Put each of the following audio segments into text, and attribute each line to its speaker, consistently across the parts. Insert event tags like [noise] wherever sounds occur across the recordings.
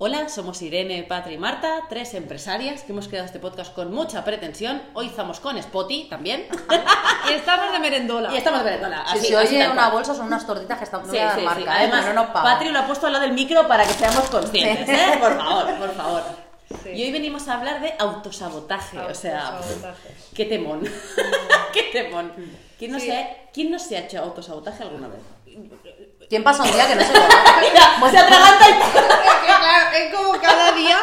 Speaker 1: Hola, somos Irene, Patri y Marta, tres empresarias que hemos creado este podcast con mucha pretensión. Hoy estamos con Spotty también.
Speaker 2: [laughs] Y estamos de merendola.
Speaker 1: y estamos de Venezuela.
Speaker 3: Si se oye una bolsa son unas tortitas que están no
Speaker 1: Sí,
Speaker 3: voy a dar
Speaker 1: sí, sí.
Speaker 3: marca, ¿eh?
Speaker 1: Además,
Speaker 3: Porque no nos pagan.
Speaker 1: Patri lo ha puesto al lado del micro para que seamos conscientes, ¿eh?
Speaker 2: [laughs]
Speaker 1: Por favor, por favor.
Speaker 2: Sí.
Speaker 1: Y hoy venimos a hablar de autosabotaje, o sea,
Speaker 2: Autosabotaje.
Speaker 1: qué temón, [laughs] qué temón. ¿Quién no,
Speaker 2: Sí.
Speaker 1: se, ¿Quién no se ha hecho autosabotaje alguna vez?
Speaker 3: ¿Quién pasa un día que no
Speaker 1: [laughs]
Speaker 3: se lo
Speaker 1: Mira,
Speaker 3: haga? Bueno, pues,
Speaker 1: se atraganta y...
Speaker 2: Es que, claro, es como cada día.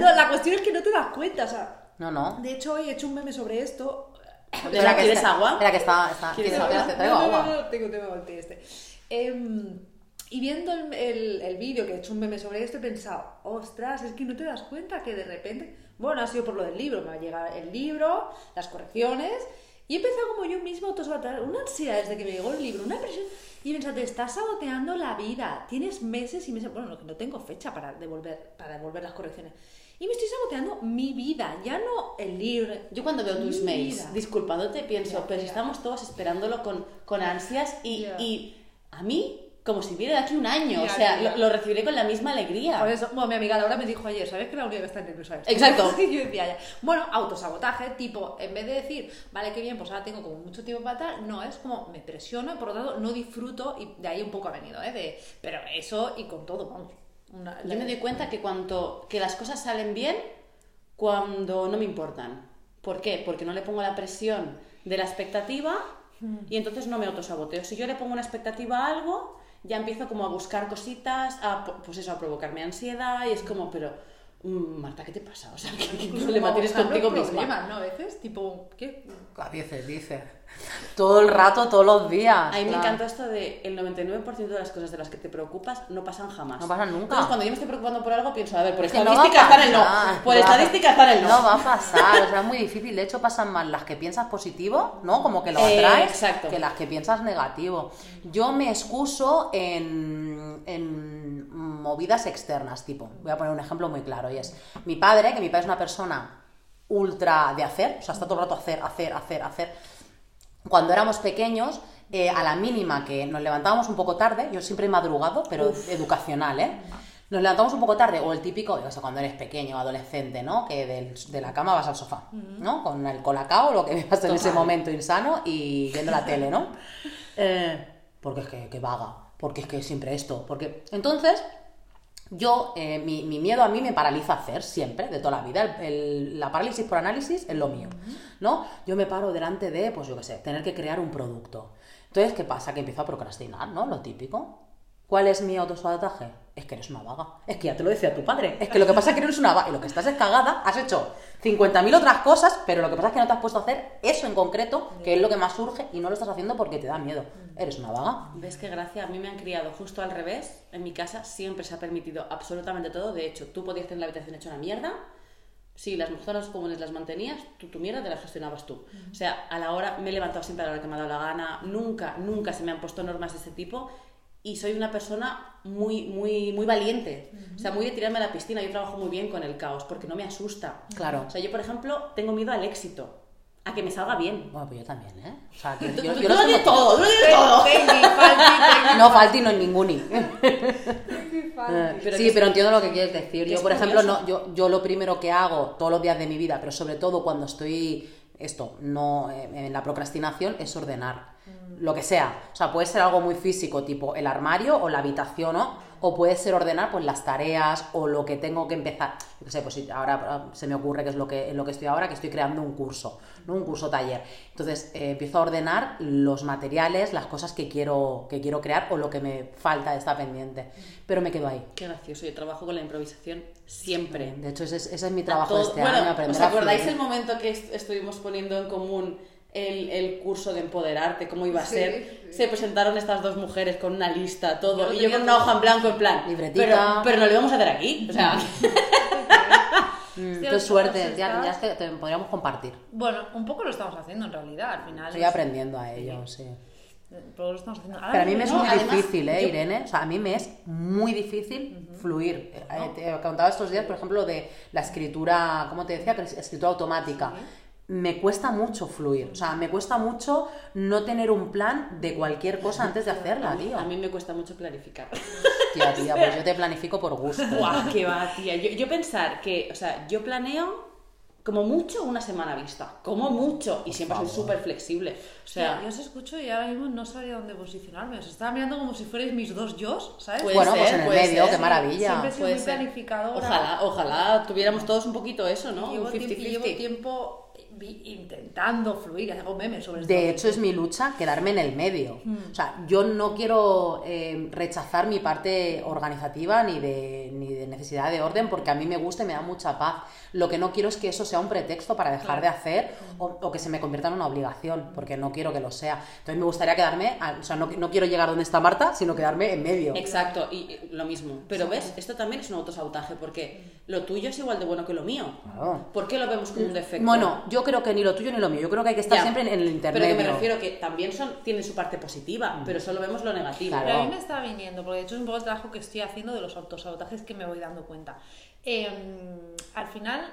Speaker 2: No, la cuestión es que no te das cuenta, o sea.
Speaker 3: No, no.
Speaker 2: De hecho, hoy he hecho un meme sobre esto.
Speaker 3: Espera que
Speaker 1: ¿Quieres
Speaker 3: está-
Speaker 1: agua?
Speaker 3: Espera que está... está
Speaker 1: ¿Quieres
Speaker 3: ¿quieres
Speaker 1: agua?
Speaker 3: agua? Te traigo
Speaker 2: no, no,
Speaker 1: [laughs]
Speaker 2: No,
Speaker 3: agua.
Speaker 2: no, tengo, tengo el té este. Em, y viendo el, el- el vídeo que he hecho un meme sobre esto, he pensado, ostras, es que no te das cuenta que de repente. Bueno, ha sido por lo del libro, me va a llegar el libro, las correcciones. Y he empezado como yo mismo a autosabotar una ansiedad desde que me llegó el libro, una presión. Y he pensado, te estás saboteando la vida. Tienes meses y meses. Bueno, no, que no tengo fecha para devolver, para devolver las correcciones. Y me estoy saboteando mi vida, ya no el libro.
Speaker 1: Yo cuando veo tus
Speaker 2: Mi
Speaker 1: mails,
Speaker 2: vida.
Speaker 1: disculpándote, pienso,
Speaker 2: Ya,
Speaker 1: pero si
Speaker 2: ya.
Speaker 1: estamos todos esperándolo con, con ansias y,
Speaker 2: Ya.
Speaker 1: y a mí, como si viera de aquí un año,
Speaker 2: Ya,
Speaker 1: o sea,
Speaker 2: ya.
Speaker 1: Lo, lo recibiré con la misma alegría.
Speaker 2: Por eso, bueno, mi amiga Laura me dijo ayer, ¿sabes que la única que está nerviosa es? tú?".
Speaker 1: Exacto.
Speaker 2: [laughs] Y yo decía ya. Bueno, autosabotaje, tipo, en vez de decir, vale, qué bien, pues ahora tengo como mucho tiempo para tal, no, es como me presiono y por lo tanto no disfruto y de ahí un poco ha venido, ¿eh? De, pero eso y con todo, vamos. Una-
Speaker 1: Yo me doy cuenta que cuanto que las cosas salen bien cuando no me importan. ¿Por qué? Porque no le pongo la presión de la expectativa y entonces no me autosaboteo. Si yo le pongo una expectativa a algo, ya empiezo como a buscar cositas, a, po- pues eso, a provocarme ansiedad y es como, pero mm, Marta, ¿qué te pasa? O sea, [laughs] ¿qué, qué
Speaker 2: Incluso
Speaker 1: problema
Speaker 2: como
Speaker 1: tienes
Speaker 2: buscar los
Speaker 1: contigo misma?
Speaker 2: problemas, ¿no? A veces, tipo, ¿qué?
Speaker 3: A veces dice. Todo el rato, todos los días.
Speaker 1: A mí me
Speaker 3: claro.
Speaker 1: encanta esto de el 99% de las cosas de las que te preocupas no pasan jamás.
Speaker 3: No pasan nunca.
Speaker 1: Entonces, cuando yo me estoy preocupando por algo, pienso, a ver, por
Speaker 3: Que no va a
Speaker 1: estadística está en el no.
Speaker 3: pasar,
Speaker 1: Por
Speaker 3: claro.
Speaker 1: estadística está en el
Speaker 3: No va a pasar, o sea, es muy difícil. De hecho, pasan más las que piensas positivo, ¿no? Como que lo
Speaker 1: Eh,
Speaker 3: atraes,
Speaker 1: exacto.
Speaker 3: que las que piensas negativo. Yo me excuso en, en movidas externas, tipo, voy a poner un ejemplo muy claro, y es mi padre, que mi padre es una persona ultra de hacer, o sea, está todo el rato hacer, hacer, hacer, hacer cuando éramos pequeños, eh, a la mínima que nos levantábamos un poco tarde, yo siempre he madrugado, pero educacional, ¿eh? Nos levantamos un poco tarde, o el típico, o sea, cuando eres pequeño, adolescente, ¿no? Que del- de la cama vas al sofá, ¿no? Con el colacao, lo que veas en ese momento insano, y viendo la tele, ¿no? Eh, porque es que, que vaga, porque es que siempre esto, porque... Entonces, yo, eh, mi, mi miedo a mí me paraliza hacer siempre, de toda la vida. El- el- la parálisis por análisis es lo mío, ¿no? Yo me paro delante de, pues yo qué sé, tener que crear un producto. Entonces, ¿qué pasa? Que empiezo a procrastinar, ¿no? Lo típico. ¿Cuál es mi autosabotaje? Es que eres una vaga. Es que ya te lo decía tu padre. Es que lo que pasa es que eres una vaga. Y lo que estás es cagada. Has hecho 50.000 otras cosas, pero lo que pasa es que no te has puesto a hacer eso en concreto, que es lo que más surge, y no lo estás haciendo porque te da miedo. Eres una vaga.
Speaker 1: ¿Ves qué gracia? A mí me han criado justo al revés. En mi casa siempre se ha permitido absolutamente todo. De hecho, tú podías tener la habitación hecha una mierda. Si las zonas comunes las mantenías, tú tu mierda te la gestionabas tú. O sea, a la hora, me he levantado siempre a la hora que me ha dado la gana. Nunca, nunca se me han puesto normas de ese tipo. Y soy una persona muy, muy, muy valiente. O sea, muy de tirarme a la piscina. Yo trabajo muy bien con el caos porque no me asusta.
Speaker 3: Claro.
Speaker 1: O sea, yo, por ejemplo, tengo miedo al éxito. A que me salga bien.
Speaker 3: Bueno, pues yo también, ¿eh? O sea,
Speaker 1: [laughs]
Speaker 3: que yo,
Speaker 1: Yo,
Speaker 3: yo los tengo-
Speaker 1: todo, tú lo tienes
Speaker 3: Oh.
Speaker 1: todo.
Speaker 3: [laughs] No, Falti no es ninguni.
Speaker 1: Pero
Speaker 3: sí,
Speaker 1: que-
Speaker 3: pero entiendo lo que quieres decir.
Speaker 1: que
Speaker 3: Yo,
Speaker 1: es
Speaker 3: por ejemplo,
Speaker 1: curioso.
Speaker 3: no, yo, yo lo primero que hago todos los días de mi vida, pero sobre todo cuando estoy esto, no eh, en la procrastinación, es ordenar.
Speaker 1: Mm.
Speaker 3: Lo que sea. O sea, puede ser algo muy físico, tipo el armario o la habitación, ¿no? O puede ser ordenar pues las tareas o lo que tengo que empezar. Yo qué sé, pues si ahora ah, se me ocurre que es lo que, en lo que estoy ahora, que estoy creando un curso, ¿no? Un curso taller. Entonces, eh, empiezo a ordenar los materiales, las cosas que quiero, que quiero crear o lo que me falta está pendiente.
Speaker 1: Mm.
Speaker 3: Pero me quedo ahí.
Speaker 1: Qué gracioso, yo trabajo con la improvisación siempre.
Speaker 3: De hecho, ese es, ese es mi
Speaker 1: A
Speaker 3: trabajo
Speaker 1: todo-
Speaker 3: de este
Speaker 1: bueno,
Speaker 3: año, aprender
Speaker 1: ¿Os
Speaker 3: a
Speaker 1: acordáis
Speaker 3: fluir.
Speaker 1: el momento que est- estuvimos poniendo en común el, el curso de empoderarte, cómo iba a
Speaker 2: Sí,
Speaker 1: ser?
Speaker 2: sí.
Speaker 1: Se presentaron estas dos mujeres con una lista,
Speaker 2: Yo
Speaker 1: todo,
Speaker 2: lo
Speaker 1: y yo
Speaker 2: tenía
Speaker 1: con una
Speaker 2: todo.
Speaker 1: hoja en blanco, en plan,
Speaker 3: Libretita.
Speaker 1: Pero, pero no lo íbamos a hacer aquí, o sea,
Speaker 3: Mm,
Speaker 1: este
Speaker 2: Sí,
Speaker 3: qué
Speaker 2: nosotros
Speaker 3: suerte, ya
Speaker 2: estamos-
Speaker 3: tendrías que, te- podríamos compartir.
Speaker 2: Bueno, un poco lo estamos haciendo en realidad, al final.
Speaker 3: Estoy
Speaker 2: es-
Speaker 3: aprendiendo a ello, sí.
Speaker 2: Un poco lo estamos haciendo. Ahora
Speaker 3: Pero a mí me
Speaker 2: mismo
Speaker 3: es
Speaker 1: no,
Speaker 3: muy
Speaker 1: además,
Speaker 3: difícil, ¿eh,
Speaker 1: yo-
Speaker 3: Irene? O sea, a mí me es muy difícil fluir. Eh, Te he contado estos días, por ejemplo, de la escritura, ¿cómo te decía? Que es Escritura automática. Me cuesta mucho fluir. O sea, me cuesta mucho [laughs] no tener un plan de cualquier cosa antes de hacerla, tío. [laughs]
Speaker 1: a mí me cuesta mucho planificar.
Speaker 3: Hostia,
Speaker 1: [laughs]
Speaker 3: tía, pues yo te planifico por gusto.
Speaker 1: Buah, qué va, tía. Yo, yo pensar que, o sea, yo planeo como mucho una semana vista, como mucho, y siempre soy
Speaker 3: favor.
Speaker 1: súper flexible. O sea,
Speaker 2: yo os escucho y ahora mismo no sabía dónde posicionarme. Os estaba mirando como si fuerais mis dos yos, ¿sabes?
Speaker 1: Puede
Speaker 3: bueno,
Speaker 1: ser,
Speaker 3: pues en el
Speaker 1: puede
Speaker 3: medio,
Speaker 1: ser.
Speaker 3: qué maravilla.
Speaker 2: Siempre he sido
Speaker 1: puede
Speaker 2: muy
Speaker 1: ser.
Speaker 2: planificadora.
Speaker 1: ojalá, ojalá tuviéramos todos un poquito eso, ¿no?
Speaker 2: Llevo
Speaker 1: Un
Speaker 2: tiempo,
Speaker 1: 50-50.
Speaker 2: llevo tiempo vi- intentando fluir, hago memes sobre esto.
Speaker 3: De hecho, es mi lucha quedarme en el medio. O sea, yo no quiero eh, rechazar mi parte organizativa ni de, ni de necesidad de orden porque a mí me gusta y me da mucha paz. Lo que no quiero es que eso sea un pretexto para dejar de hacer o, o que se me convierta en una obligación, porque no quiero que lo sea. Entonces me gustaría quedarme, a- o sea, no, no quiero llegar donde está Marta, sino quedarme en medio.
Speaker 1: Exacto, y eh, lo mismo. Pero ves, esto también es un autosabotaje, porque lo tuyo es igual de bueno que lo mío.
Speaker 3: Claro.
Speaker 1: ¿Por qué lo vemos como un defecto?
Speaker 3: Bueno, yo creo que ni lo tuyo ni lo mío. Yo creo que hay que estar
Speaker 1: Ya.
Speaker 3: siempre en el intermedio. Mm.
Speaker 1: Pero que me refiero que también son, tienen su parte positiva, pero solo vemos lo negativo.
Speaker 3: Claro.
Speaker 2: Pero a mí me está viniendo, porque de hecho es un poco el trabajo que estoy haciendo de los autosabotajes que me voy dando cuenta. Eh, al final,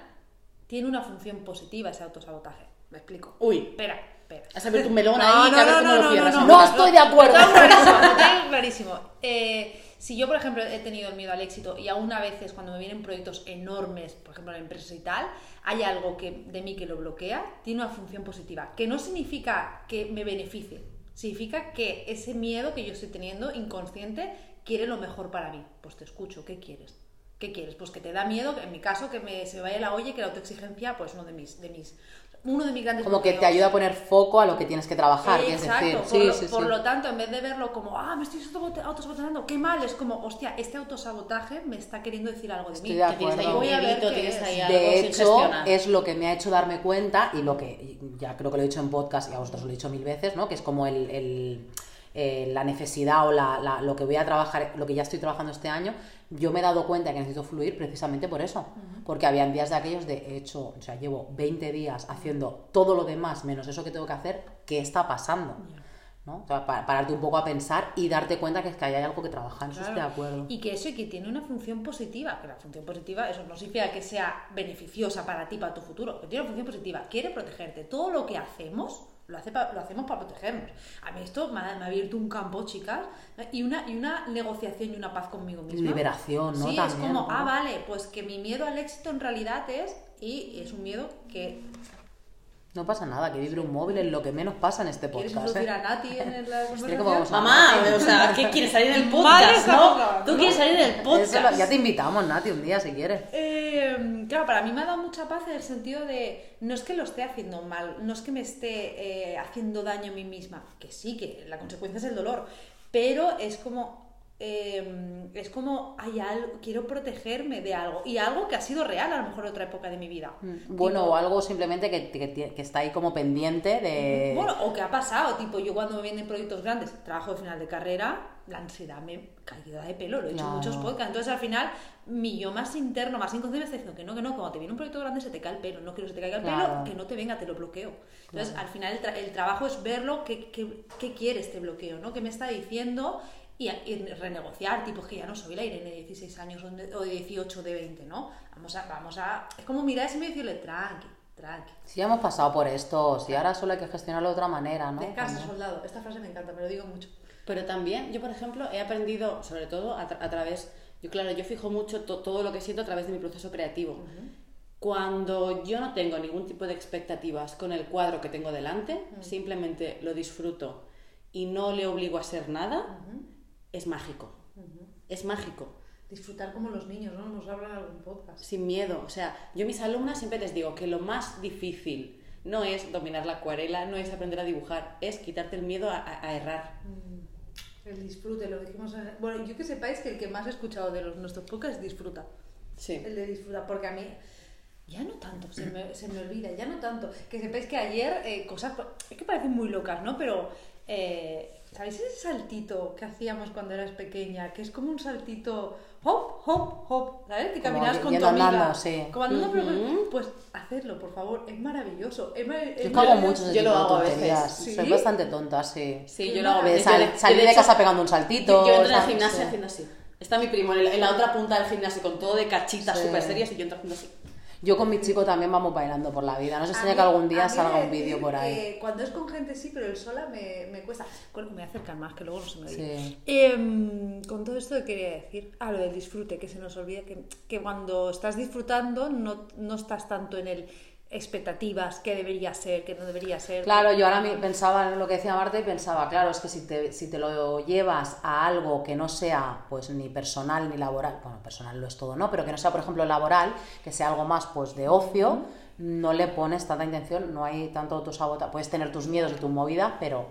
Speaker 2: tiene una función positiva ese autosabotaje. Me explico.
Speaker 1: Uy,
Speaker 2: Espera, espera.
Speaker 1: has abierto un
Speaker 2: [laughs]
Speaker 1: melón ahí, que a ver cómo lo cierras.
Speaker 3: no. No estoy de acuerdo.
Speaker 2: Lo tengo clarísimo, lo tengo clarísimo. Eh, si yo, por ejemplo, he tenido el miedo al éxito y aún a veces cuando me vienen proyectos enormes, por ejemplo, en empresas y tal, hay algo que de mí que lo bloquea, tiene una función positiva, que no significa que me beneficie, significa que ese miedo que yo estoy teniendo inconsciente quiere lo mejor para mí. Pues te escucho, ¿qué quieres? ¿Qué quieres? Pues que te da miedo, en mi caso, que me, se me vaya la olla y que la autoexigencia, pues uno de mis, de mis, uno de mis grandes
Speaker 3: Como que te
Speaker 2: bloqueos.
Speaker 3: ayuda a poner foco a lo que tienes que trabajar,
Speaker 2: Eh,
Speaker 3: es
Speaker 2: Exacto,
Speaker 3: decir,
Speaker 2: por,
Speaker 3: sí,
Speaker 2: lo,
Speaker 3: sí,
Speaker 2: por
Speaker 3: sí.
Speaker 2: lo tanto, en vez de verlo como, ah, me estoy autosabote- autosaboteando, qué mal, es como, hostia, este autosabotaje me está queriendo decir algo de
Speaker 3: Estoy
Speaker 2: mí.
Speaker 3: de
Speaker 2: Que
Speaker 1: Que tienes ahí
Speaker 3: acuerdo.
Speaker 1: un
Speaker 2: Voy a ver
Speaker 1: hilito,
Speaker 2: qué
Speaker 1: tienes
Speaker 2: es.
Speaker 1: ahí
Speaker 2: De
Speaker 1: algo
Speaker 3: De
Speaker 1: sin
Speaker 3: hecho,
Speaker 1: gestionar.
Speaker 3: es lo que me ha hecho darme cuenta y lo que ya creo que lo he dicho en podcast y a vosotros lo he dicho mil veces, ¿no? Que es como el, el- eh, la necesidad o la, la- lo que voy a trabajar, lo que ya estoy trabajando este año. Yo me he dado cuenta que necesito fluir precisamente por eso. Porque habían días de aquellos de he hecho, o sea, llevo 20 días haciendo todo lo demás menos eso que tengo que hacer, ¿qué está pasando? ¿No? O sea, pa- pararte un poco a pensar y darte cuenta que es que ahí hay algo que trabajar. En eso
Speaker 2: Claro.
Speaker 3: estoy de acuerdo.
Speaker 2: Y que eso y que tiene una función positiva, que la función positiva, eso no significa que sea beneficiosa para ti, para tu futuro, que tiene una función positiva, quiere protegerte. Todo lo que hacemos, lo, hace pa- lo hacemos para protegernos. A mí esto me ha, me ha abierto un campo, chicas, y una, y una negociación y una paz conmigo misma.
Speaker 3: Liberación, ¿no?
Speaker 2: Sí, es
Speaker 3: También, ¿no?
Speaker 2: como, ah, vale, pues que mi miedo al éxito en realidad es, y es un miedo que
Speaker 3: No pasa nada, que vibre un móvil es lo que menos pasa en este
Speaker 2: quieres
Speaker 3: podcast.
Speaker 2: introducir
Speaker 3: ¿eh?
Speaker 2: a Nati
Speaker 3: [laughs]
Speaker 2: en la
Speaker 3: Hostia, ¿cómo vamos
Speaker 2: conversación.
Speaker 3: a-
Speaker 1: Mamá, o sea, ¿qué quieres salir del
Speaker 2: Mal
Speaker 1: podcast,
Speaker 2: estamos
Speaker 1: no?
Speaker 2: grabando.
Speaker 1: Tú quieres salir del
Speaker 3: Eso lo-
Speaker 1: podcast.
Speaker 3: ya te invitamos, Nati, un día si quieres.
Speaker 2: Eh, claro, para mí me ha dado mucha paz en el sentido de, no es que lo esté haciendo mal, no es que me esté eh, haciendo daño a mí misma, que sí, que la consecuencia es el dolor, pero es como... eh, es como hay algo quiero protegerme de algo y algo que ha sido real a lo mejor en otra época de mi vida
Speaker 3: Bueno, o algo simplemente que, que ti- que está ahí como pendiente de.
Speaker 2: Bueno, o que ha pasado, tipo, yo cuando me vienen proyectos grandes, trabajo de final de carrera, la ansiedad me caída de pelo, lo he hecho en
Speaker 3: Claro.
Speaker 2: muchos podcasts. Entonces, al final, mi yo más interno, más inconsciente, me está diciendo que no, que no, cuando te viene un proyecto grande se te cae el pelo, no quiero que se te caiga el
Speaker 3: Claro.
Speaker 2: pelo, que no te venga, te lo bloqueo. Entonces, al final, el, tra- el trabajo es verlo, qué, qué, qué quiere este bloqueo, ¿no? ¿Qué me está diciendo? Y, a- y renegociar, tipo, es que ya no soy la Irene de 16 años o de o de 18, de 20, ¿no? Vamos a, vamos a... Es como mirar ese medio y decirle, tranqui, tranqui.
Speaker 3: Si ya hemos pasado por esto, si ahora solo hay que gestionarlo de otra manera, ¿no?
Speaker 2: Descansa,
Speaker 3: También.
Speaker 2: soldado. Esta frase me encanta, me lo digo mucho.
Speaker 1: Pero también, yo por ejemplo, he aprendido, sobre todo a, tra- a través, yo claro, yo fijo mucho to- todo lo que siento a través de mi proceso creativo. Cuando yo no tengo ningún tipo de expectativas con el cuadro que tengo delante, simplemente lo disfruto y no le obligo a hacer nada, es mágico. Es mágico.
Speaker 2: Disfrutar como los niños, ¿no? Nos hablan en algún podcast.
Speaker 1: sin miedo. O sea, yo a mis alumnas siempre les digo que lo más difícil no es dominar la acuarela, no es aprender a dibujar, es quitarte el miedo a, a- a errar.
Speaker 2: Mm, El disfrute, lo dijimos. en- Bueno, yo que sepáis que el que más he escuchado de los nuestros podcasts es disfruta.
Speaker 1: Sí.
Speaker 2: El de disfruta, porque a mí. Ya no tanto, se me, se me olvida, ya no tanto. Que sepáis que ayer eh, cosas. Es que parecen muy locas, ¿no? Pero. eh, ¿Sabéis ese saltito que hacíamos cuando eras pequeña? Que es como un saltito. Hop, hop, hop. ¿Sabes? Que
Speaker 3: Como
Speaker 2: caminabas con tu
Speaker 3: yendo
Speaker 2: amiga.
Speaker 3: andando, sí.
Speaker 2: Como andando, pero-
Speaker 1: Ujú.
Speaker 2: Pues hacerlo, por favor. Es maravilloso. Es, mar- es
Speaker 3: Yo es que hago
Speaker 2: maravilloso.
Speaker 3: mucho ese
Speaker 1: Yo lo
Speaker 3: tipo de
Speaker 1: hago a
Speaker 3: tonterías.
Speaker 1: veces,
Speaker 2: ¿sí?
Speaker 3: Soy bastante tonta, sí.
Speaker 1: Sí,
Speaker 2: Qué
Speaker 1: yo lo hago.
Speaker 3: De
Speaker 1: yo
Speaker 3: sal-
Speaker 1: de- yo
Speaker 3: salir de
Speaker 1: hecho-
Speaker 3: casa pegando un saltito.
Speaker 1: Yo entro en el
Speaker 3: ¿sabes?
Speaker 1: gimnasio
Speaker 3: Sí.
Speaker 1: haciendo así. Está mi primo en, la- en la otra punta del gimnasio con todo de cachitas
Speaker 3: Sí.
Speaker 1: súper serias y yo entro haciendo así.
Speaker 3: Yo con mi chico también vamos bailando por la vida. No se
Speaker 2: A
Speaker 3: extraña
Speaker 2: mí-
Speaker 3: que algún
Speaker 2: a
Speaker 3: día
Speaker 2: mí
Speaker 3: salga un
Speaker 2: decir,
Speaker 3: vídeo por ahí.
Speaker 2: eh, cuando es con gente sí, pero el sola me, me cuesta. Con- me acercan más, que luego no se me oye.
Speaker 3: Sí.
Speaker 2: Em, con todo esto que quería decir, a lo del disfrute, que se nos olvida que, que cuando estás disfrutando no, no estás tanto en el expectativas, qué debería ser, qué no debería ser.
Speaker 3: Claro, yo ahora mi- pensaba en lo que decía Marta y pensaba, claro, es que si te, si te lo llevas a algo que no sea pues ni personal ni laboral, bueno, personal lo es todo, ¿no? Pero que no sea, por ejemplo, laboral, que sea algo más pues de ocio, no le pones tanta intención, no hay tanto autosabota. Puedes tener tus miedos y tus movidas, pero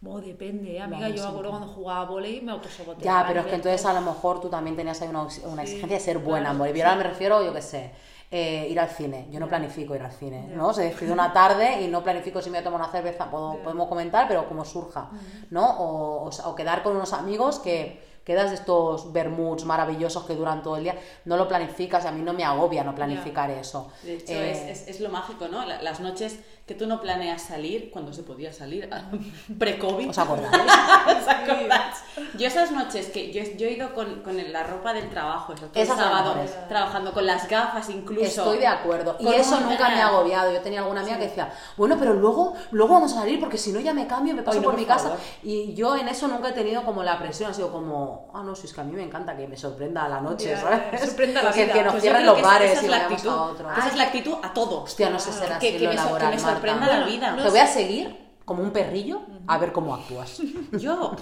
Speaker 2: Bueno, depende, ¿eh? amiga.
Speaker 3: Vale,
Speaker 2: yo
Speaker 3: sí.
Speaker 2: me acuerdo cuando jugaba volei me autosaboteaba.
Speaker 3: Ya, pero es
Speaker 2: nivel
Speaker 3: que entonces
Speaker 2: todo. [laughs]
Speaker 3: a lo mejor tú también tenías ahí una, ox- una
Speaker 2: Sí,
Speaker 3: exigencia de ser buena,
Speaker 2: claro,
Speaker 3: amor. Y
Speaker 2: sí.
Speaker 3: ahora me refiero, yo qué sé, eh, ir al cine. Yo no planifico ir al cine,
Speaker 2: Ya.
Speaker 3: ¿no? Se decide una tarde y no planifico si me voy a tomar una cerveza. Puedo-
Speaker 2: Ya.
Speaker 3: Podemos comentar, pero como surja, ¿no? O, o sea, o quedar con unos amigos que quedas de estos vermuts maravillosos que duran todo el día. No lo planificas, a mí no me agobia no planificar eso.
Speaker 1: De hecho,
Speaker 3: Eh,
Speaker 1: es, es- es lo mágico, ¿no? La- Las noches que tú no planeas salir, cuando se podía salir, ah, [laughs] pre-COVID.
Speaker 3: Eh,
Speaker 1: [laughs]
Speaker 3: ¿Os acordáis?
Speaker 1: ¿Os acordáis? Yo esas noches que yo, yo he ido con, con la ropa del trabajo, eso, todo el
Speaker 3: Esas son
Speaker 1: sábado,
Speaker 3: las mejores.
Speaker 1: trabajando con las gafas incluso.
Speaker 3: Estoy de acuerdo. Y
Speaker 1: Con
Speaker 3: eso
Speaker 1: un-
Speaker 3: nunca me ha agobiado. Yo tenía alguna amiga que decía, bueno, pero luego, luego vamos a salir porque si no ya me cambio, me paso
Speaker 1: Ay, no,
Speaker 3: por
Speaker 1: por
Speaker 3: mi
Speaker 1: favor.
Speaker 3: casa. Y yo en eso nunca he tenido como la presión, ha sido como, ah, no, si es que a mí me encanta que me sorprenda a la noche,
Speaker 2: Ya,
Speaker 3: ¿sabes?
Speaker 2: que sorprenda
Speaker 3: [laughs]
Speaker 2: la
Speaker 3: que,
Speaker 2: vida.
Speaker 3: que nos
Speaker 1: Pues yo
Speaker 3: cierren
Speaker 1: creo
Speaker 3: los
Speaker 1: que
Speaker 3: bares
Speaker 1: esa es
Speaker 3: y
Speaker 1: la
Speaker 3: vayamos
Speaker 1: actitud. Ah,
Speaker 3: a otro.
Speaker 1: Esa es la actitud a todo. Ah,
Speaker 3: Hostia, no sé si será
Speaker 1: que-
Speaker 3: así
Speaker 1: que
Speaker 3: en lo
Speaker 1: me so- que me
Speaker 3: laboral,
Speaker 1: sorprenda
Speaker 3: Marta.
Speaker 1: la vida.
Speaker 3: Te voy a seguir como un perrillo a ver cómo actúas.
Speaker 1: [laughs] Yo,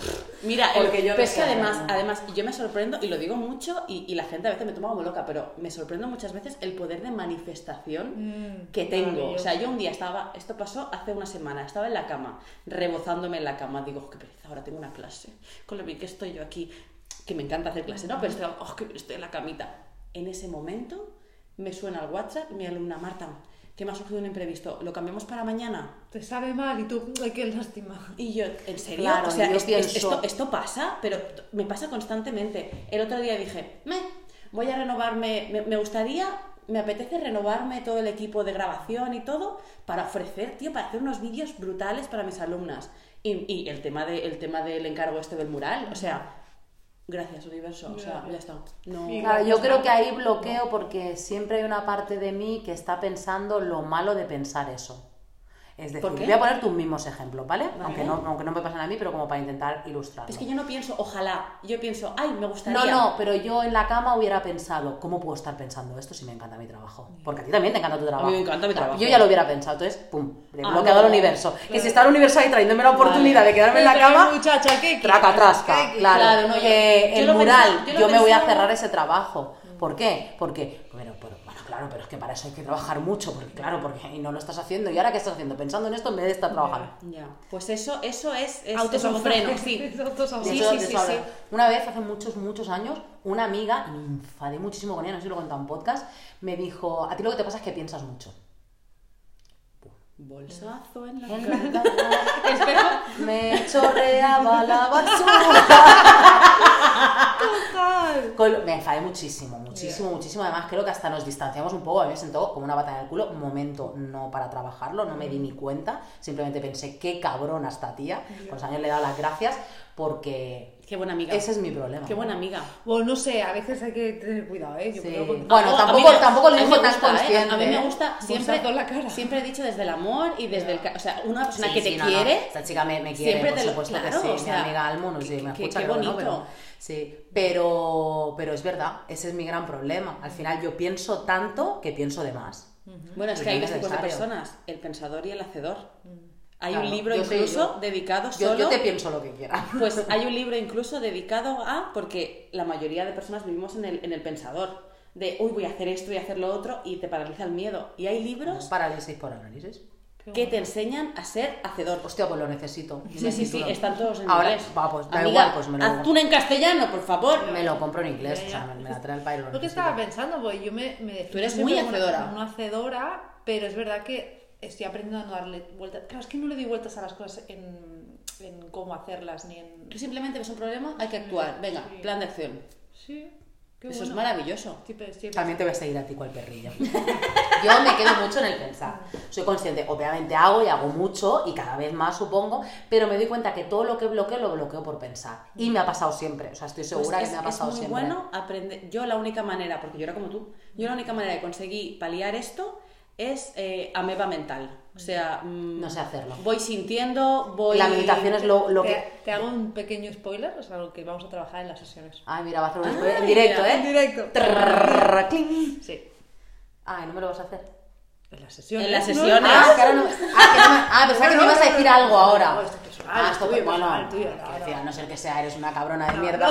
Speaker 1: mira,
Speaker 3: Porque
Speaker 1: el-
Speaker 3: yo no
Speaker 1: pero es que
Speaker 3: sé,
Speaker 1: además,
Speaker 3: no.
Speaker 1: además, yo me sorprendo, y lo digo mucho, y, y la gente a veces me toma como loca, pero me sorprendo muchas veces el poder de manifestación
Speaker 2: Mm,
Speaker 1: que tengo. O sea,
Speaker 2: maravilloso.
Speaker 1: yo un día estaba, esto pasó hace una semana, estaba en la cama, rebozándome en la cama, digo, "Oh, qué pereza, ahora tengo una clase, con lo bien que estoy yo aquí, que me encanta hacer clase, ¿no? Pero estaba, oh, qué bien, estoy en la camita. En ese momento me suena el WhatsApp, mi alumna Marta, que me ha surgido un imprevisto, ¿lo cambiamos para mañana?
Speaker 2: Te sabe mal y tú, ay, qué lástima.
Speaker 1: Y yo, en serio,
Speaker 3: Claro,
Speaker 1: o sea,
Speaker 3: yo
Speaker 1: es- es-
Speaker 3: pienso-
Speaker 1: esto, esto pasa, pero t- me pasa constantemente. El otro día dije, me voy a renovarme, me, me gustaría, me apetece renovarme todo el equipo de grabación y todo para ofrecer, tío, para hacer unos vídeos brutales para mis alumnas. Y, y el, tema de, el tema del encargo este del mural, o sea, gracias universo, o sea,
Speaker 2: Gracias.
Speaker 1: ya está. No,
Speaker 2: Y-
Speaker 3: Claro, yo
Speaker 2: Gracias,
Speaker 3: creo
Speaker 2: Marta.
Speaker 3: que ahí bloqueo porque siempre hay una parte de mí que está pensando lo malo de pensar eso. Es decir,
Speaker 1: ¿Por qué?
Speaker 3: voy a poner tus mismos ejemplos, ¿vale? Aunque, no, aunque no me pasen a mí, pero como para intentar ilustrar.
Speaker 1: es que yo no pienso, ojalá, yo pienso, ay, me
Speaker 3: No,
Speaker 1: gustaría.
Speaker 3: no, pero yo en la cama hubiera pensado, ¿cómo puedo estar pensando esto si me encanta mi trabajo? Porque a ti también te encanta tu trabajo.
Speaker 1: me encanta mi trabajo.
Speaker 3: Yo ya lo hubiera pensado, entonces, pum, le he
Speaker 1: Ah,
Speaker 3: bloqueado
Speaker 1: no.
Speaker 3: al universo. Que si está el universo ahí trayéndome la oportunidad de quedarme en la
Speaker 2: Pero,
Speaker 3: cama,
Speaker 2: muchacha, ¿qué
Speaker 3: Traca, trasca,
Speaker 2: ¿Qué- qué-
Speaker 3: claro.
Speaker 1: claro, no, yo-
Speaker 3: Eh,
Speaker 1: yo
Speaker 3: el
Speaker 1: lo
Speaker 3: mural,
Speaker 1: pensaba- yo
Speaker 3: yo,
Speaker 1: lo
Speaker 3: me voy a
Speaker 1: pensaba- Mm.
Speaker 3: cerrar ese trabajo. ¿Por qué? Porque, bueno, pero- bueno, claro, pero es que para eso hay que trabajar mucho, porque claro, porque y no lo estás haciendo. ¿Y ahora qué estás haciendo? Pensando en esto en vez de estar trabajando.
Speaker 1: Ya, pues eso, eso es, es, es un
Speaker 2: Autosabotaje.
Speaker 1: freno, sí.
Speaker 2: Es
Speaker 3: [laughs]
Speaker 2: autosabotaje.
Speaker 3: De
Speaker 1: Sí,
Speaker 3: eso-
Speaker 1: sí,
Speaker 3: de
Speaker 1: sí,
Speaker 3: eso
Speaker 1: sí.
Speaker 3: habla. Una vez, hace muchos, muchos años, una amiga, y me enfadé muchísimo con ella, no sé si lo he contado en podcast, me dijo, a ti lo que te pasa es que piensas mucho.
Speaker 1: Bolsazo en la cara.
Speaker 3: En [laughs] la cama
Speaker 1: Espejo.
Speaker 3: me [laughs] chorreaba la basura.
Speaker 2: Total.
Speaker 3: Con- me enfadé muchísimo, muchísimo, muchísimo. Además, creo que hasta nos distanciamos un poco. A mí me sentó como una bata en el culo. Un momento no para trabajarlo, no me di ni cuenta. Simplemente pensé, qué cabrona esta tía. Con los años le he dado las gracias porque
Speaker 1: Qué buena amiga.
Speaker 3: ese es mi problema.
Speaker 1: Qué buena amiga.
Speaker 2: Bueno, no sé, a veces hay que tener cuidado, ¿eh? Yo
Speaker 3: Sí.
Speaker 2: creo que-
Speaker 3: Bueno,
Speaker 1: A- a
Speaker 3: tampoco-
Speaker 1: mí me-
Speaker 3: tampoco lo
Speaker 1: a mí
Speaker 3: dijo
Speaker 1: me
Speaker 3: tan
Speaker 1: gusta, ¿eh?
Speaker 3: consciente,
Speaker 1: A mí
Speaker 3: ¿eh?
Speaker 1: me gusta, siempre,
Speaker 2: Bolsazo en la cara.
Speaker 1: siempre he dicho desde el amor y desde el... ca- O sea, una persona
Speaker 3: Sí,
Speaker 1: que
Speaker 3: sí,
Speaker 1: te
Speaker 3: no, no.
Speaker 1: quiere...
Speaker 3: Esta chica me, me quiere,
Speaker 1: siempre
Speaker 3: por
Speaker 1: te lo-
Speaker 3: supuesto
Speaker 1: claro,
Speaker 3: que sí.
Speaker 1: o sea,
Speaker 3: mi amiga Almuno, sí,
Speaker 1: qué-
Speaker 3: me
Speaker 1: qué-
Speaker 3: escucha,
Speaker 1: qué
Speaker 3: creo que no,
Speaker 1: bonito.
Speaker 3: pero- sí, pero, pero es verdad, ese es mi gran problema. Al final yo pienso tanto que pienso de más.
Speaker 1: Bueno, es
Speaker 3: Y
Speaker 1: que hay
Speaker 3: no es
Speaker 1: dos tipos de
Speaker 3: Pues necesario. Mm.
Speaker 1: personas, el pensador y el hacedor. Hay
Speaker 3: Claro,
Speaker 1: un libro
Speaker 3: yo soy
Speaker 1: incluso
Speaker 3: yo.
Speaker 1: dedicado
Speaker 3: Yo,
Speaker 1: solo...
Speaker 3: yo te pienso lo que quiera.
Speaker 1: Pues hay un libro incluso dedicado a, porque la mayoría de personas vivimos en el, en el pensador, de, uy, voy a hacer esto, voy a hacer lo otro, y te paraliza el miedo. Y hay libros
Speaker 3: [laughs] Parálisis por análisis.
Speaker 1: que te enseñan a ser hacedor.
Speaker 3: Hostia, pues lo necesito.
Speaker 1: Sí, sí, sí,
Speaker 3: Necesito.
Speaker 1: están todos en
Speaker 3: Ahora,
Speaker 1: inglés.
Speaker 3: va, pues da
Speaker 1: Amiga,
Speaker 3: igual, pues me lo,
Speaker 1: haz tú una en castellano, por favor.
Speaker 3: me lo compro en inglés.
Speaker 2: Ya,
Speaker 3: O sea,
Speaker 2: ya.
Speaker 3: me, me la trae el país.
Speaker 2: Lo que estaba pensando, porque yo me, me defino
Speaker 1: eres
Speaker 2: siempre
Speaker 1: muy
Speaker 2: como
Speaker 1: hacedora.
Speaker 2: Una, como una hacedora, pero es verdad que estoy aprendiendo a no darle vueltas. Claro, es que no le doy vueltas a las cosas en, en cómo hacerlas ni en.
Speaker 1: Tú simplemente ves un problema, hay que actuar. Venga,
Speaker 2: Sí.
Speaker 1: plan de acción.
Speaker 2: Sí. Qué
Speaker 1: Eso es
Speaker 2: bueno.
Speaker 1: maravilloso.
Speaker 2: Siempre- siempre-
Speaker 3: También te voy a seguir a ti cual perrillo. Yo me quedo mucho en el pensar. Soy consciente, obviamente hago y hago mucho y cada vez más supongo, pero me doy cuenta que todo lo que bloqueo lo bloqueo por pensar. Y me ha pasado siempre, o sea, estoy segura
Speaker 1: Pues es,
Speaker 3: que me ha
Speaker 1: es
Speaker 3: pasado
Speaker 1: muy
Speaker 3: siempre.
Speaker 1: bueno aprender. Yo la única manera, porque yo era como tú, yo la única manera de conseguir paliar esto es eh, ameba mental. O sea, mm,
Speaker 3: No sé hacerlo.
Speaker 1: Voy sintiendo, voy...
Speaker 3: La meditación es lo, lo que...
Speaker 2: Te, te hago un pequeño spoiler, o sea, lo que vamos a trabajar en las sesiones.
Speaker 3: Ay, mira, va a hacer un
Speaker 1: Ay,
Speaker 3: spoiler en directo,
Speaker 1: mira,
Speaker 3: ¿eh?
Speaker 2: en directo.
Speaker 3: Trrrrrra, cling.
Speaker 2: Sí.
Speaker 3: Ay, no me lo vas a hacer.
Speaker 2: En las sesiones.
Speaker 1: En las
Speaker 2: ¿no?
Speaker 1: sesiones.
Speaker 3: Ah, que ahora no- ah, que no me- ah, pensaba que me ibas a decir algo ahora.
Speaker 2: No, esto es personal,
Speaker 3: Ah,
Speaker 2: es
Speaker 3: esto
Speaker 2: tuyo,
Speaker 3: bueno,
Speaker 2: personal, tuyo,
Speaker 3: quiero
Speaker 2: no,
Speaker 3: decir,
Speaker 2: no.
Speaker 3: a no ser que sea, eres una cabrona de mierda.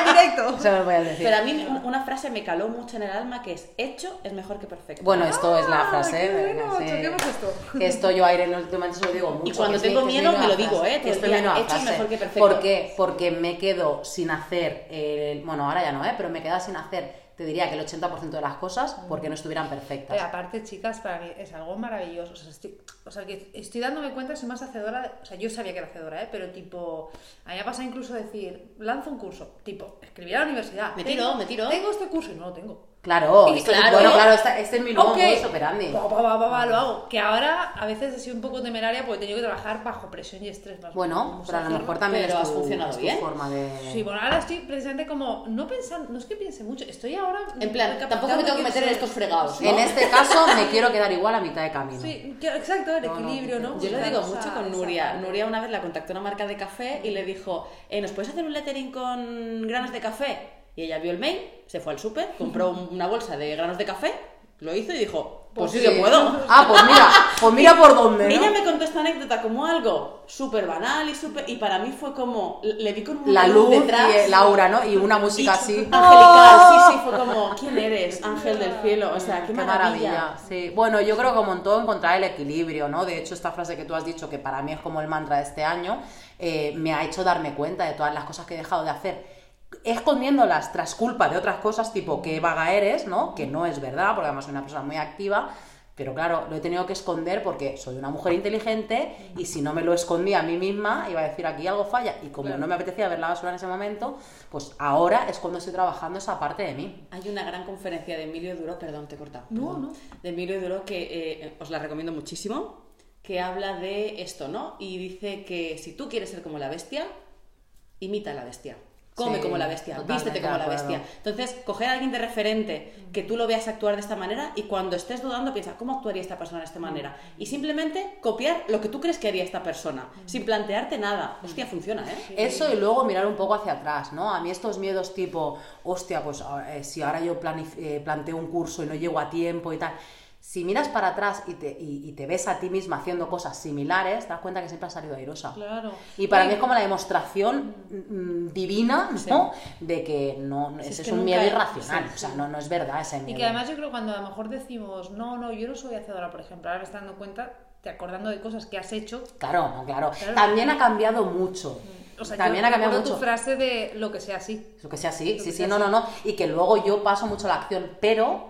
Speaker 2: [laughs] en directo.
Speaker 3: Se me voy a decir.
Speaker 1: Pero a mí un- una frase me caló mucho en el alma que es, hecho es mejor que perfecto.
Speaker 3: Bueno, esto es la
Speaker 2: Ah,
Speaker 3: frase.
Speaker 2: qué
Speaker 3: venga,
Speaker 2: bueno,
Speaker 3: sí.
Speaker 2: choquemos esto.
Speaker 3: Que esto yo aire últimamente se lo digo
Speaker 1: Y
Speaker 3: mucho.
Speaker 1: cuando
Speaker 3: que es
Speaker 1: tengo
Speaker 3: mi- que es mi
Speaker 1: miedo, me
Speaker 3: nueva
Speaker 1: lo digo,
Speaker 3: frase,
Speaker 1: ¿eh?
Speaker 3: que es mi
Speaker 1: Todo el día,
Speaker 3: nueva
Speaker 1: hecho es
Speaker 3: frase.
Speaker 1: mejor que perfecto.
Speaker 3: ¿Por qué? Porque me quedo sin hacer, el- bueno, ahora ya no, ¿eh? Pero me quedaba sin hacer, te diría que el 80% de las cosas
Speaker 2: Mm.
Speaker 3: porque no estuvieran perfectas.
Speaker 2: Pero aparte, chicas, para mí es algo maravilloso. O sea, estoy, o sea, que estoy dándome cuenta, soy más hacedora. de- o sea, yo sabía que era hacedora, ¿eh? pero tipo, a mí me ha pasado incluso decir, lanzo un curso, tipo, escribir a la universidad.
Speaker 1: Me tiro,
Speaker 2: Tengo-
Speaker 1: me tiro.
Speaker 2: Tengo este curso y no lo tengo.
Speaker 3: Claro,
Speaker 1: Y
Speaker 3: esto es-
Speaker 1: claro. ¿eh?
Speaker 3: bueno, claro, esta- este es mi nuevo
Speaker 2: Ok.
Speaker 3: modus operandi.
Speaker 2: Va, va, va, va, va,
Speaker 1: Ah.
Speaker 2: lo hago. Que ahora a veces he sido un poco temeraria porque he tenido que trabajar bajo presión y estrés. Más
Speaker 3: Bueno,
Speaker 2: vamos
Speaker 3: pero a lo
Speaker 2: hacerlo.
Speaker 3: mejor también
Speaker 1: Pero
Speaker 3: es
Speaker 1: has
Speaker 3: tu,
Speaker 1: funcionado
Speaker 3: es tu
Speaker 1: bien.
Speaker 3: forma de...
Speaker 2: Sí, bueno, ahora estoy precisamente como, no pensando, no es que piense mucho, estoy ahora...
Speaker 1: En plan, tampoco me tengo que meter en estos fregados, ¿no?
Speaker 3: En este caso me quiero quedar igual a mitad de camino.
Speaker 2: Sí, que- exacto, el
Speaker 3: No, no,
Speaker 2: equilibrio, ¿no? Pues
Speaker 1: Yo lo
Speaker 2: Buscar
Speaker 1: digo
Speaker 2: esa-
Speaker 1: mucho con
Speaker 2: esa
Speaker 1: Nuria.
Speaker 2: parte.
Speaker 1: Nuria una vez la contactó una marca de café y le dijo, eh, ¿nos puedes hacer un lettering con granos de café? Y ella vio el mail, se fue al súper, compró un- una bolsa de granos de café, lo hizo y dijo, pues, sí que puedo.
Speaker 3: Ah, pues mira, pues mira por dónde. ¿no?
Speaker 1: Ella me contó esta anécdota como algo súper banal y súper... Y para mí fue como... Le vi con una
Speaker 3: La luz
Speaker 1: detrás.
Speaker 3: y la aura, ¿no? Y una
Speaker 1: y
Speaker 3: música así. Oh.
Speaker 1: Angelical, sí, sí, fue como, ¿quién eres? Ángel del cielo, o sea, qué, maravilla.
Speaker 3: Sí. Bueno, yo creo que como en todo encontrar el equilibrio, ¿no? De hecho, esta frase que tú has dicho, que para mí es como el mantra de este año, eh, me ha hecho darme cuenta de todas las cosas que he dejado de hacer. Escondiéndolas tras culpa de otras cosas, tipo qué vaga eres, ¿no? Que no es verdad, porque además soy una persona muy activa. Pero claro, lo he tenido que esconder porque soy una mujer inteligente y si no me lo escondía a mí misma, iba a decir aquí algo falla. Y como no me apetecía ver la basura en ese momento, pues ahora es cuando estoy trabajando esa parte de mí.
Speaker 1: Hay una gran conferencia de Emilio Duro, perdón, te he cortado.
Speaker 2: No,
Speaker 1: perdón.
Speaker 2: no.
Speaker 1: De Emilio Duro que eh, os la recomiendo muchísimo, que habla de esto, ¿no? Y dice que si tú quieres ser como la bestia, imita a la bestia. Come
Speaker 3: Sí,
Speaker 1: como la bestia,
Speaker 3: totalmente
Speaker 1: vístete como
Speaker 3: de
Speaker 1: la
Speaker 3: acuerdo.
Speaker 1: bestia. Entonces, coger a alguien de referente que tú lo veas actuar de esta manera y cuando estés dudando piensa, ¿cómo actuaría esta persona de esta manera? Y simplemente copiar lo que tú crees que haría esta persona, sin plantearte nada. Hostia, funciona, ¿eh?
Speaker 3: Eso y luego mirar un poco hacia atrás, ¿no? A mí estos miedos tipo, hostia, pues ahora- eh, si ahora yo planif- eh, planteo un curso y no llego a tiempo y tal. Si miras para atrás y te, y- y te ves a ti misma haciendo cosas similares, te das cuenta que siempre has salido airosa.
Speaker 2: Claro.
Speaker 3: Y para
Speaker 2: Ay,
Speaker 3: mí es como la demostración mm, divina, ¿no? De que no, no-
Speaker 2: Si
Speaker 3: ese
Speaker 2: es
Speaker 3: es,
Speaker 2: que
Speaker 3: un
Speaker 2: nunca
Speaker 3: miedo
Speaker 2: he-
Speaker 3: irracional.
Speaker 2: sí, sí.
Speaker 3: O sea, no, no es verdad ese miedo.
Speaker 2: Y que además yo creo cuando a lo mejor decimos, no, no, yo no soy hacedora, por ejemplo, ahora me está dando cuenta, te acordando de cosas que has hecho.
Speaker 3: Claro, no, claro.
Speaker 2: Claro.
Speaker 3: También ha cambiado mucho.
Speaker 2: O sea,
Speaker 3: También
Speaker 2: yo
Speaker 3: ha cambiado
Speaker 2: recuerdo
Speaker 3: mucho.
Speaker 2: tu frase de lo que sea así.
Speaker 3: Lo que sea así,
Speaker 2: Lo
Speaker 3: sí,
Speaker 2: que
Speaker 3: sí,
Speaker 2: sea
Speaker 3: no,
Speaker 2: así.
Speaker 3: no, no. Y que luego yo paso mucho a la acción, pero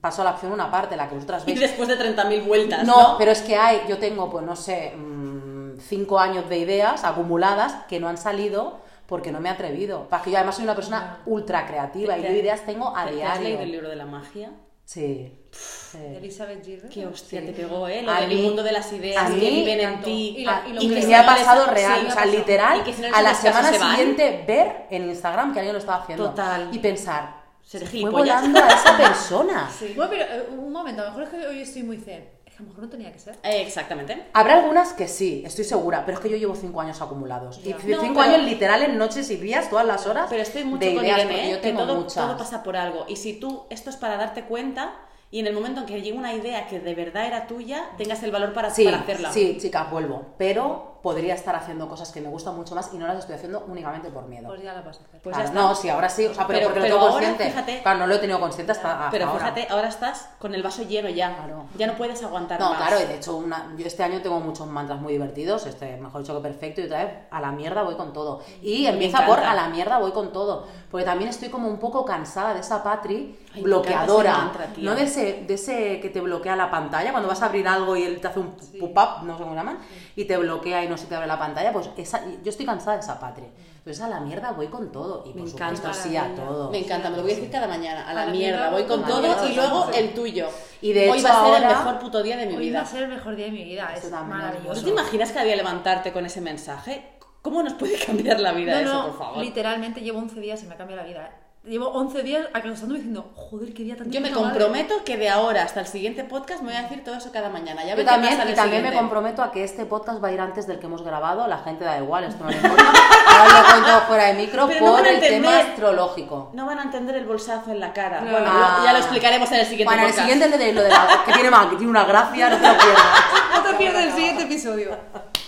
Speaker 3: paso a la acción una parte, la que vosotras
Speaker 1: Y
Speaker 3: veis.
Speaker 1: después de 30.000 vueltas,
Speaker 3: No,
Speaker 1: ¿no?
Speaker 3: pero es que hay, yo tengo, pues no sé, mm, cinco años de ideas acumuladas que no han salido porque no me he atrevido. Para que yo además soy una persona ultra creativa y yo ideas tengo a
Speaker 1: ¿Te- te has leído el
Speaker 3: diario.
Speaker 1: libro de la magia?
Speaker 3: Sí. sí.
Speaker 2: Elizabeth Gilbert.
Speaker 1: Qué hostia,
Speaker 3: Sí.
Speaker 1: te pegó, ¿eh? Lo
Speaker 3: A
Speaker 1: del
Speaker 3: mí-
Speaker 1: mundo de las
Speaker 3: a
Speaker 1: ideas que
Speaker 3: mí
Speaker 1: viven en Ah,
Speaker 2: tanto.
Speaker 1: ti.
Speaker 2: Y la- y lo
Speaker 3: y
Speaker 2: que
Speaker 3: que
Speaker 2: si
Speaker 3: me ha
Speaker 1: no les-
Speaker 3: pasado
Speaker 1: sí,
Speaker 3: real,
Speaker 1: me
Speaker 3: o
Speaker 1: ha
Speaker 3: sea,
Speaker 1: pasado.
Speaker 3: literal,
Speaker 1: Y que si no les
Speaker 3: a la
Speaker 1: haces caso,
Speaker 3: semana
Speaker 1: se van.
Speaker 3: siguiente ver en Instagram que alguien lo estaba haciendo.
Speaker 1: Total.
Speaker 3: Y pensar,
Speaker 1: Ser
Speaker 3: se fue
Speaker 1: gilipollas.
Speaker 3: volando a
Speaker 1: [laughs]
Speaker 3: esa persona.
Speaker 2: Bueno, pero eh, un momento, a lo mejor es que hoy estoy muy zen. Es que a lo mejor no tenía que ser.
Speaker 1: Eh, exactamente.
Speaker 3: Habrá algunas que sí, estoy segura, pero es que yo llevo cinco años acumulados. Y
Speaker 2: Ya.
Speaker 3: c-
Speaker 1: No,
Speaker 3: cinco
Speaker 1: pero-
Speaker 3: años literal en noches y días, todas las horas.
Speaker 1: Pero estoy mucho
Speaker 3: de
Speaker 1: con
Speaker 3: ideas,
Speaker 1: Irene,
Speaker 3: porque
Speaker 1: ¿eh?
Speaker 3: yo
Speaker 1: que
Speaker 3: tengo
Speaker 1: todo,
Speaker 3: muchas.
Speaker 1: todo pasa por algo. Y si tú, esto es para darte cuenta y en el momento en que llegue una idea que de verdad era tuya, tengas el valor para,
Speaker 3: sí,
Speaker 1: para hacerla.
Speaker 3: sí, chicas, vuelvo. Pero podría estar haciendo cosas que me gustan mucho más y no las estoy haciendo únicamente por miedo.
Speaker 2: Pues ya la vas a hacer.
Speaker 1: Pues
Speaker 3: Claro,
Speaker 1: ya está.
Speaker 3: No, sí, ahora sí, o sea, pero,
Speaker 1: Pero-
Speaker 3: porque
Speaker 1: pero
Speaker 3: lo tengo
Speaker 1: ahora,
Speaker 3: consciente.
Speaker 1: fíjate-
Speaker 3: claro, no lo he tenido consciente hasta, hasta
Speaker 1: Pero
Speaker 3: Ah, ahora.
Speaker 1: fíjate, ahora estás con el vaso lleno ya.
Speaker 3: Claro.
Speaker 1: Ya no puedes aguantar
Speaker 3: No,
Speaker 1: más.
Speaker 3: claro, y de hecho, una, yo este año tengo muchos mantras muy divertidos, este, mejor dicho que perfecto, y otra vez a la mierda voy con todo. Y empieza por
Speaker 1: encanta.
Speaker 3: a la mierda voy con todo, porque también estoy como un poco cansada de esa patri
Speaker 1: Ay, me
Speaker 3: bloqueadora,
Speaker 1: encanta ese mantra, tío.
Speaker 3: no de ese, de ese que te bloquea la pantalla cuando vas a abrir algo y él te hace un pop-up, no sé cómo lo llaman, y te bloquea y no no se te abre la pantalla, pues esa, yo estoy cansada de esa patria. Entonces a la mierda voy con todo. Y
Speaker 1: Me
Speaker 3: por
Speaker 1: encanta.
Speaker 3: supuesto sí a todo.
Speaker 1: Me encanta, me lo voy a decir cada mañana. A la, mierda, voy con
Speaker 3: la
Speaker 1: todo
Speaker 3: mierda,
Speaker 1: y
Speaker 3: sí,
Speaker 1: luego
Speaker 3: sí.
Speaker 1: el tuyo.
Speaker 3: Y de
Speaker 1: Hoy
Speaker 3: hecho
Speaker 1: va a ser el
Speaker 3: ahora-
Speaker 1: mejor puto día de mi
Speaker 2: Hoy va a
Speaker 1: vida.
Speaker 2: ser el mejor día de mi vida.
Speaker 3: Eso
Speaker 2: Es
Speaker 3: también,
Speaker 2: maravilloso.
Speaker 1: ¿Tú te imaginas cada día levantarte con ese mensaje? ¿Cómo nos puede cambiar la vida
Speaker 2: No,
Speaker 1: eso,
Speaker 2: no,
Speaker 1: por favor?
Speaker 2: literalmente llevo 11 días y me ha cambiado la vida. ¿eh? Llevo 11 días acostándome diciendo, joder, qué día tan de
Speaker 1: Yo me
Speaker 2: puta madre".
Speaker 1: comprometo que de ahora hasta el siguiente podcast me voy a decir todo eso cada mañana. Ya
Speaker 3: Yo
Speaker 1: veré qué
Speaker 3: también,
Speaker 1: pasa en
Speaker 3: y
Speaker 1: el
Speaker 3: también me
Speaker 1: siguiente.
Speaker 3: comprometo a que este podcast va a ir antes del que hemos grabado. La gente da igual, esto no le importa. Ahora lo cuento fuera de micro
Speaker 1: Pero no
Speaker 3: por
Speaker 1: van a
Speaker 3: el tema
Speaker 1: entender.
Speaker 3: astrológico.
Speaker 1: No van a entender el bolsazo en la cara.
Speaker 2: No.
Speaker 1: Bueno,
Speaker 3: Ah.
Speaker 1: lo- ya lo explicaremos en el siguiente
Speaker 3: Bueno, en el
Speaker 1: podcast.
Speaker 3: siguiente le de lo de la, que tiene, ma- que tiene una gracia, no te lo pierdas.
Speaker 2: No te pierdas el siguiente episodio.